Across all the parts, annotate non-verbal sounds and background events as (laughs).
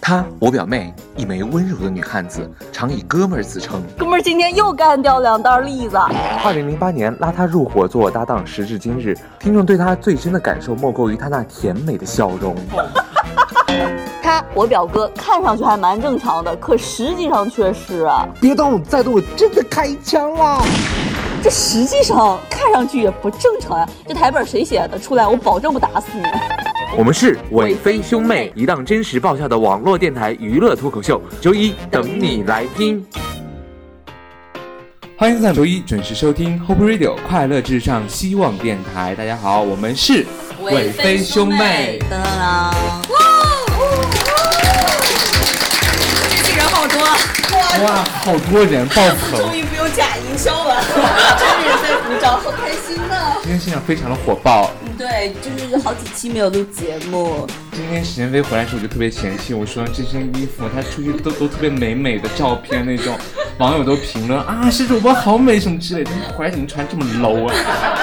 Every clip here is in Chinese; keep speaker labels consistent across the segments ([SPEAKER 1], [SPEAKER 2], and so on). [SPEAKER 1] 她，我表妹，一枚温柔的女汉子，常以哥们儿自称。
[SPEAKER 2] 哥们儿今天又干掉两袋栗子，
[SPEAKER 1] 二零零八年拉她入伙做我搭档，时至今日，听众对她最深的感受莫过于她那甜美的笑容。
[SPEAKER 2] 他我表哥看上去还蛮正常的，可实际上却是啊，
[SPEAKER 3] 别动，再动我真的开枪了！
[SPEAKER 2] 这实际上看上去也不正常呀、这台本谁写的？出来我保证不打死你。
[SPEAKER 1] 我们是伟飞兄妹，一档真实爆笑的网络电台娱乐脱口秀，周一等你来听。
[SPEAKER 4] 欢迎在周一准时收听 Hope Radio 快乐至上希望电台。大家好，我们是伟飞兄妹。
[SPEAKER 2] 当当当！哦
[SPEAKER 5] 这期人好多，
[SPEAKER 2] 啊
[SPEAKER 4] 哇，好多人爆棚，
[SPEAKER 5] 于不用假营销了，
[SPEAKER 2] (laughs)
[SPEAKER 5] 真是在鼓掌，好开心呐！
[SPEAKER 4] 今天现场非常的火爆。
[SPEAKER 2] 嗯对，就是好几期没有录节目，
[SPEAKER 4] 今天史建飞回来的时候，我就特别嫌弃，我说这身衣服，他出去都都特别美美的照片那种，网友都评论啊，是主播好美什么之类的，你回来怎么穿这么 low 啊？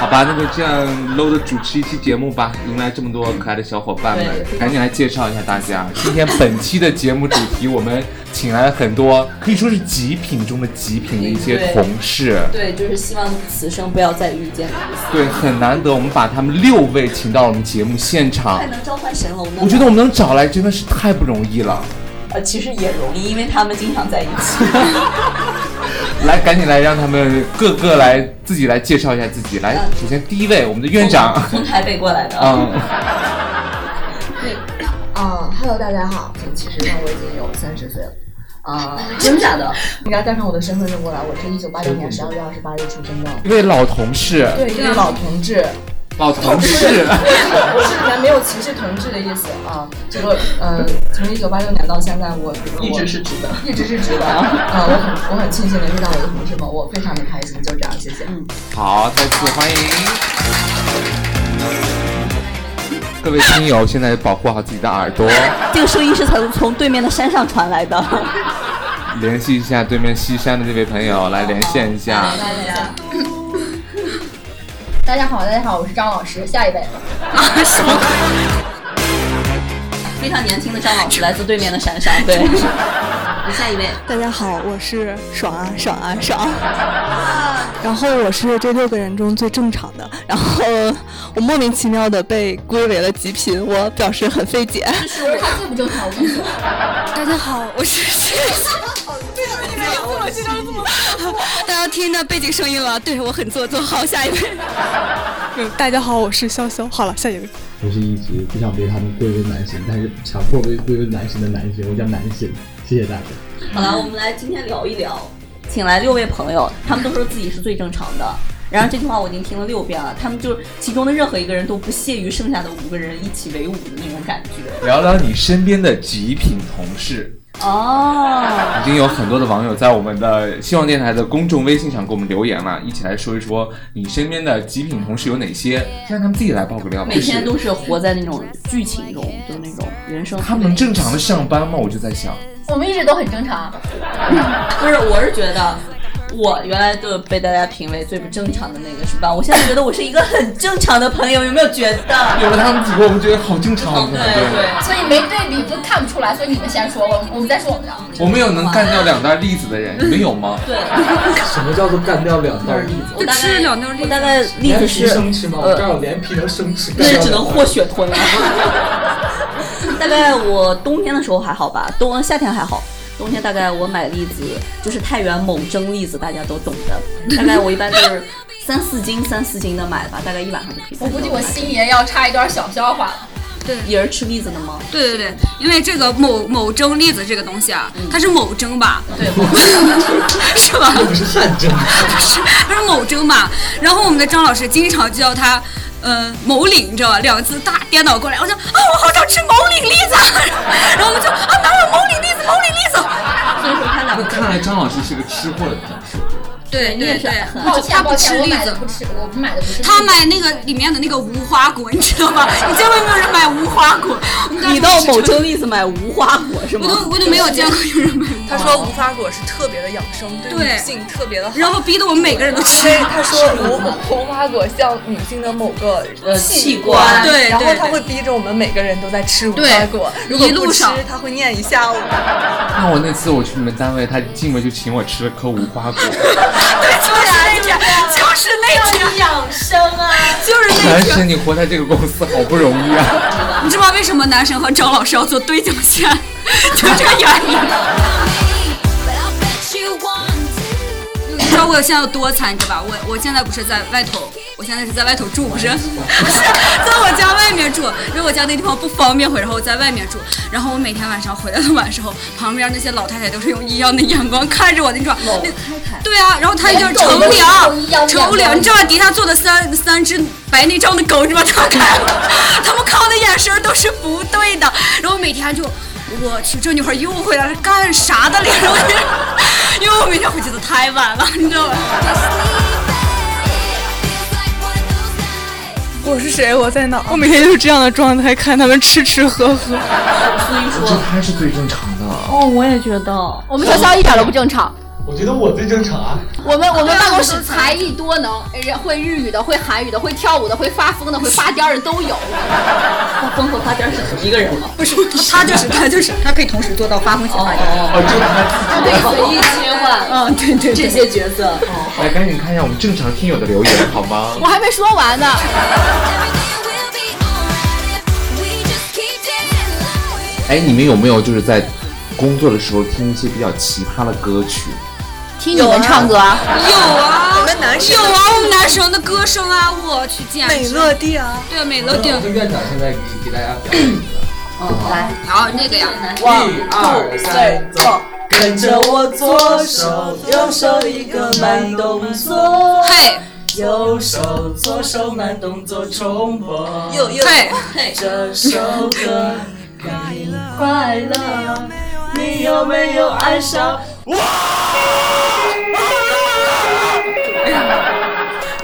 [SPEAKER 4] 好吧，那就这样 low 的主持一期节目吧，迎来这么多可爱的小伙伴们，赶紧来介绍一下大家。今天本期的节目主题，我们请来了很多可以说是极品中的极品的一些同事。
[SPEAKER 2] 对，就是希望此生不要再遇见，
[SPEAKER 4] 对，很难得，我们把他们六位请到了我们节目现场
[SPEAKER 2] 还。能召唤神龙呢。
[SPEAKER 4] 我觉得我们能找来真的是太不容易了，
[SPEAKER 2] 呃，其实也容易，因为他们经常在一起。
[SPEAKER 4] 来，赶紧来让他们各个来自己来介绍一下自己。来，首先第一位，我们的院长，
[SPEAKER 2] 从台北过来的，
[SPEAKER 4] 嗯，
[SPEAKER 6] 嗯，Hello，大家好，其实呢我已经有三十岁了。啊、
[SPEAKER 2] (laughs) 真的假的？
[SPEAKER 6] 应该带上我的身份证过来。我是一九八六年十二月二十八日出生的。
[SPEAKER 4] 一位老同事，
[SPEAKER 6] 对，一位老同志， (laughs)
[SPEAKER 4] 老同事，
[SPEAKER 6] 是里面没有歧视同志的意思啊。这个呃，从一九八六年到现在，我一直是直的，一直是直的 (laughs) 啊、我很我很庆幸能遇到我的同事们，我非常的开心。就这样，谢
[SPEAKER 5] 嗯
[SPEAKER 6] 嗯谢。
[SPEAKER 4] 好，再次欢迎。各位亲友，现在保护好自己的耳朵，
[SPEAKER 2] 这个声音是从从对面的山上传来的。
[SPEAKER 4] 联系一下对面西山的这位朋友，来连线一下。
[SPEAKER 6] 大家好，大家好，我是张老师。下一
[SPEAKER 7] (laughs)
[SPEAKER 6] 位，
[SPEAKER 2] 非常年轻的张老师来自对面的山上，对。下一位，
[SPEAKER 8] 大家好，我是爽啊爽啊爽然后我是这六个人中最正常的，然后我莫名其妙的被归为了极品，我表示很费解。
[SPEAKER 6] 是我最不正常，我告诉
[SPEAKER 8] 大家好，我是谢谢。大家听到背景声音了，对我很做作。好，下一位。嗯大家好，我是潇潇。好了，下一位。
[SPEAKER 9] 我是一直不想被他们归为男神，但是强迫被归为男神的男神，我叫男神。谢谢大家。
[SPEAKER 2] 好了，我们来今天聊一聊，请来六位朋友，他们都说自己是最正常的。然而这句话我已经听了六遍了，他们就是其中的任何一个人都不屑于剩下的五个人一起为伍的那种感觉。
[SPEAKER 4] 聊聊你身边的极品同事。
[SPEAKER 2] 哦，
[SPEAKER 4] 已经有很多的网友在我们的希望电台的公众微信上给我们留言了，一起来说一说你身边的极品同事有哪些，先让他们自己来报个料吧。
[SPEAKER 2] 每天
[SPEAKER 4] 就是
[SPEAKER 2] 都是活在那种剧情中，就是那种人生。
[SPEAKER 4] 他们能正常的上班吗？我就在想，
[SPEAKER 6] 我们一直都很正常。
[SPEAKER 2] 不是，我是觉得。我原来就被大家评为最不正常的那个，是吧？我现在觉得我是一个很正常的朋友，有没有觉得？
[SPEAKER 4] 有了他们几个，我们觉得好正常，我们
[SPEAKER 2] 对
[SPEAKER 4] 团队。
[SPEAKER 2] 对，
[SPEAKER 6] 所以没对比就看不出来，所以你们先说，我我们再说我们的。
[SPEAKER 4] 我们有能干掉两袋栗子的人，你们有吗？
[SPEAKER 2] 对，
[SPEAKER 9] 什么叫做干掉两袋栗子？
[SPEAKER 2] 我大概两我大概例
[SPEAKER 9] 连
[SPEAKER 2] 子
[SPEAKER 9] 皮
[SPEAKER 2] 是
[SPEAKER 9] 生吃吗？
[SPEAKER 2] 呃
[SPEAKER 9] 我这儿有连皮能生吃，
[SPEAKER 2] 那
[SPEAKER 9] 干掉
[SPEAKER 2] 只能
[SPEAKER 9] 两袋
[SPEAKER 2] 或血吞了。 (laughs) 大概我冬天的时候还好吧，冬呃夏天还好。冬天大概我买栗子，就是太原某蒸栗子，大家都懂的。大概我一般就是三四斤、三四斤的买吧，大概一晚上就可以。
[SPEAKER 6] 我估计我心里要插一段小笑话了。
[SPEAKER 2] 也是吃栗子的吗？
[SPEAKER 10] 对对对，因为这个某某蒸栗子这个东西啊，它是某蒸吧？对， (laughs) 是吧？
[SPEAKER 9] 不是汗蒸。
[SPEAKER 10] 是它是某蒸吧？然后我们的张老师经常就叫它，呃，某领，你知道吧？两次大颠倒过来，我说啊，我好想吃某领栗子， (laughs) 然后我们就啊，哪有某领栗子，某领栗子？
[SPEAKER 2] 所以说他两
[SPEAKER 4] 那
[SPEAKER 2] 个
[SPEAKER 4] 看来张老师是个吃
[SPEAKER 2] (laughs)
[SPEAKER 4] 货的同事，
[SPEAKER 10] 对
[SPEAKER 2] 你也
[SPEAKER 10] 对
[SPEAKER 2] 是
[SPEAKER 10] 对，
[SPEAKER 2] 很
[SPEAKER 6] 抱
[SPEAKER 10] 他
[SPEAKER 6] 歉，
[SPEAKER 10] 不
[SPEAKER 6] 抱
[SPEAKER 10] 吃
[SPEAKER 6] 歉，我
[SPEAKER 10] 栗
[SPEAKER 6] 买的
[SPEAKER 10] 子。
[SPEAKER 6] 不是，我买的不是栗子。
[SPEAKER 10] (laughs) 他买那个里面的那个无花果，你知道吧？你见过有没有人买无花果？我们们家
[SPEAKER 2] 你到某蒸栗子买无花果是
[SPEAKER 10] 我
[SPEAKER 2] 吗？
[SPEAKER 10] 都我都没有见过有人买过。
[SPEAKER 5] 他说无花果是特别的养生，
[SPEAKER 10] 对
[SPEAKER 5] 对女性特别的好。
[SPEAKER 10] 然后逼得我们每个人都吃
[SPEAKER 5] 因。为他说无无花果像女性的某个
[SPEAKER 2] 呃器
[SPEAKER 5] 器
[SPEAKER 2] 官
[SPEAKER 10] 对
[SPEAKER 5] 然后
[SPEAKER 10] 对
[SPEAKER 5] 他
[SPEAKER 10] 对
[SPEAKER 5] 会逼着我们每个人都在吃无
[SPEAKER 10] 对
[SPEAKER 5] 花果，如果
[SPEAKER 10] 一路
[SPEAKER 5] 不吃
[SPEAKER 10] 上
[SPEAKER 5] 他会念一下午。
[SPEAKER 4] 那我那次我去你们单位，他一进门就请我吃了颗无花
[SPEAKER 2] (laughs)
[SPEAKER 4] 果，
[SPEAKER 10] 就是那天， (laughs) 就是那天，
[SPEAKER 5] 养生啊，
[SPEAKER 10] 就是那
[SPEAKER 4] 男
[SPEAKER 10] 天。
[SPEAKER 4] 神你活在这个公司好不容易啊！
[SPEAKER 10] 你知不知道为什么男神和张老师要做对角线？ (laughs) 就这个原因。你知道我现在有多惨，你知道吧？我我现在不是在外头，我现在是在外头住，不是， (laughs) 不是在我家外面住，因为我家那地方不方便回，然后我在外面住。然后我每天晚上回来的晚上，旁边那些老太太都是用异样的眼光看着我那种。老对啊，然后他就是乘凉，乘凉，你知道吧？底下坐的三三只白内障的狗，你知道吗？他看我，他们看我的眼神儿都是不对的。然后每天就，我去，这女孩又回来了，干啥的嘞？然后就，因为我每天回去都太晚了，你知道吧？
[SPEAKER 5] 我是谁？我在哪？
[SPEAKER 8] 我每天就是这样的状态，看他们吃吃喝喝。
[SPEAKER 4] 我觉得他是最正常的，
[SPEAKER 2] 哦，我也觉得。
[SPEAKER 7] 我们学校一点都不正常。
[SPEAKER 9] 我觉得我最正常啊，
[SPEAKER 5] (laughs)
[SPEAKER 7] 我们我们办公室才艺多能，人会日语的，会韩语的，会跳舞的，会发疯的，会发癫儿的 (laughs) 都有。
[SPEAKER 2] 发疯和发癫是同一个人吗？
[SPEAKER 10] 不是，他就是他就是他可以同时做到发疯且发癫。
[SPEAKER 4] 哦，正常。
[SPEAKER 2] 可以随意切换
[SPEAKER 10] 嗯，对对
[SPEAKER 2] 这
[SPEAKER 10] 对。
[SPEAKER 2] 些角色。哦，
[SPEAKER 4] 来，赶紧看一下我们正常听友的留言好吗？
[SPEAKER 7] 我还没说完呢。
[SPEAKER 4] 哎，你们有没有就是在工作的时候听一些比较奇葩的歌曲？
[SPEAKER 7] 听你们唱歌啊，
[SPEAKER 10] 有啊，
[SPEAKER 5] 我们男神
[SPEAKER 10] 有啊，我们男神的歌声啊，我去见
[SPEAKER 5] 美乐蒂啊，
[SPEAKER 10] 对美乐蒂，
[SPEAKER 9] 院长现在给给大家表演一下，
[SPEAKER 5] 哦
[SPEAKER 2] 来，
[SPEAKER 10] 好那个呀，
[SPEAKER 9] 一二三，走。
[SPEAKER 5] 跟着我左手右手一个慢动作，
[SPEAKER 10] 嘿
[SPEAKER 5] 右手左手慢动作重播。又又
[SPEAKER 10] 嘿，
[SPEAKER 5] 这首歌让你快乐，你有没有爱上？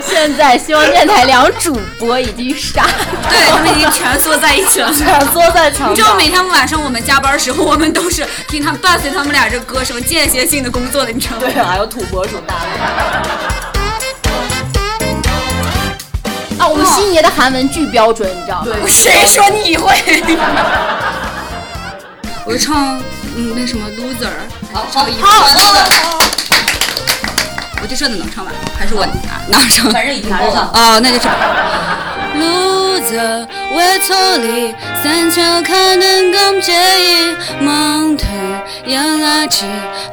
[SPEAKER 7] 现在希望电台两主播已经杀，
[SPEAKER 10] 对他们已经蜷缩在一起了。
[SPEAKER 7] 缩在墙
[SPEAKER 10] 你知道每天晚上我们加班时候，我们都是听他们伴随他们俩这歌声间歇性的工作的，你知道吗？
[SPEAKER 2] 对啊，还有土拨鼠大陆。
[SPEAKER 7] 啊！
[SPEAKER 2] 哦
[SPEAKER 7] 我们星爷的韩文巨标准，你知道吗？
[SPEAKER 10] 谁说你会？我唱嗯那什么 loser，好好好，我就这能唱完，还是我啊拿拿上。
[SPEAKER 2] 反正已经够了。
[SPEAKER 10] 哦，那就这样。路着외톨이산책하는감제이멍들양아지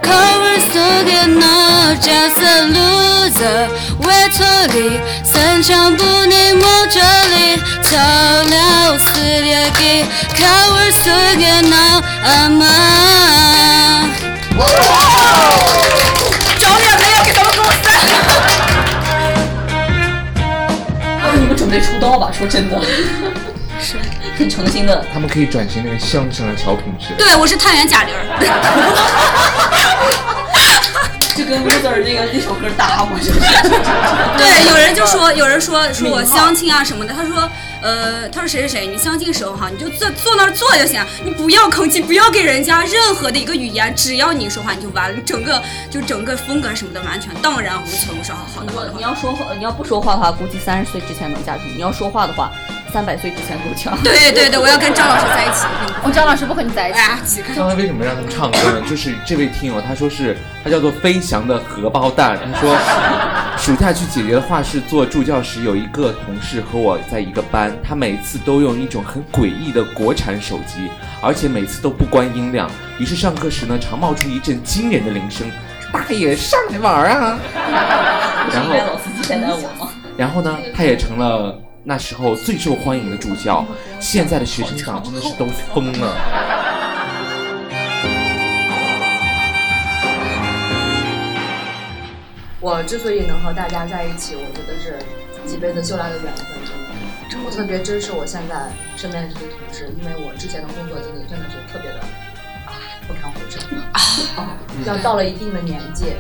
[SPEAKER 10] 거울 속에 넣어져서 loser 외톨이 산천분의 모조리 설레어 쓰레기 거울 속에 넣어마
[SPEAKER 2] 啊，你们准备出道吧？说真的，
[SPEAKER 6] (laughs)
[SPEAKER 2] 是很诚心的。
[SPEAKER 4] 他们可以转型那个相声啊、小品之类的。
[SPEAKER 10] 对，我是探员贾玲儿。
[SPEAKER 2] 就跟 loser 那个那首歌搭我真的。
[SPEAKER 10] (laughs) 对，有人就说，有人说说我相亲啊什么的，他说，呃，他说谁谁谁，你相亲的时候哈，你就坐坐那儿坐就行，你不要吭气，不要给人家任何的一个语言，只要你说话你就完了，你整个就整个风格什么的完全荡然无存。我说好好的好的好
[SPEAKER 2] (laughs) 你
[SPEAKER 10] 的。
[SPEAKER 2] 要说话，你要不说话的话，估计三十岁之前能嫁出去；你要说话的话，三百岁之前够呛。
[SPEAKER 10] 对对对，我要跟张老师在一起。
[SPEAKER 7] 我张老师不和你在一起
[SPEAKER 10] 哎。呀，几个
[SPEAKER 4] 刚才为什么让他们唱歌呢？就是这位听友他说是他叫做飞翔的荷包蛋，他说暑假去姐姐的画室做助教时，有一个同事和我在一个班，他每次都用一种很诡异的国产手机，而且每次都不关音量，于是上课时呢常冒出一阵惊人的铃声，大爷上来玩啊！ (laughs) 然
[SPEAKER 2] 应
[SPEAKER 4] 后
[SPEAKER 2] 该老司机带带我吗？
[SPEAKER 4] (laughs) 然后呢，他也成了那时候最受欢迎的助教。现在的学生党真的是都疯了。
[SPEAKER 6] 我之所以能和大家在一起，我觉得是几辈子修来的缘分，真的。我特别珍视我现在身边的这些同事，因为我之前的工作经历真的是特别的，啊，不堪回首。好，要到了一定的年纪，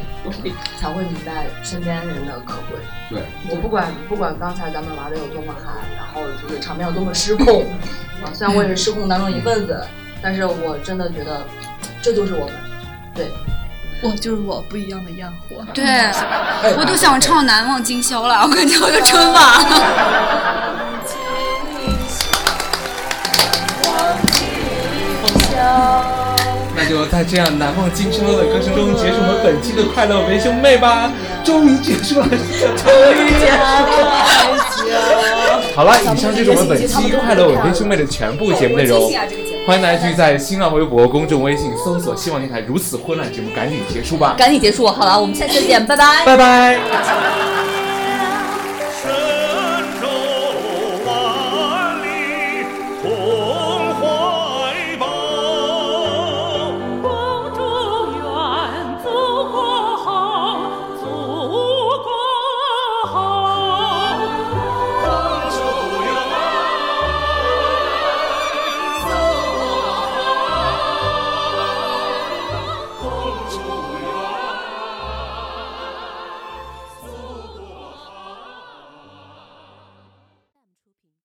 [SPEAKER 6] 才会明白身边人的可贵。
[SPEAKER 4] 对，
[SPEAKER 6] 我不管不管刚才咱们玩的有多么嗨，然后就是场面有多么失控， (laughs) 啊，虽然我也是失控当中一份子，但是我真的觉得这就是我们，对，
[SPEAKER 8] 我就是我不一样的焰火。
[SPEAKER 10] 对，我都想唱《难忘今宵》了，我感觉我要春晚。
[SPEAKER 4] 那就在这样难忘今宵的歌声中结束我们本期的快乐为兄妹吧，终于结束了，终于结束了。好了，以上就是我们本期快乐为兄妹的全部节目内容。欢迎大家继续在新浪微博、公众微信搜索“希望电台”，如此混乱节目赶紧结束吧，
[SPEAKER 2] 赶紧结束，好了，我们下期再见，拜拜，
[SPEAKER 4] 拜拜。
[SPEAKER 11] 万里。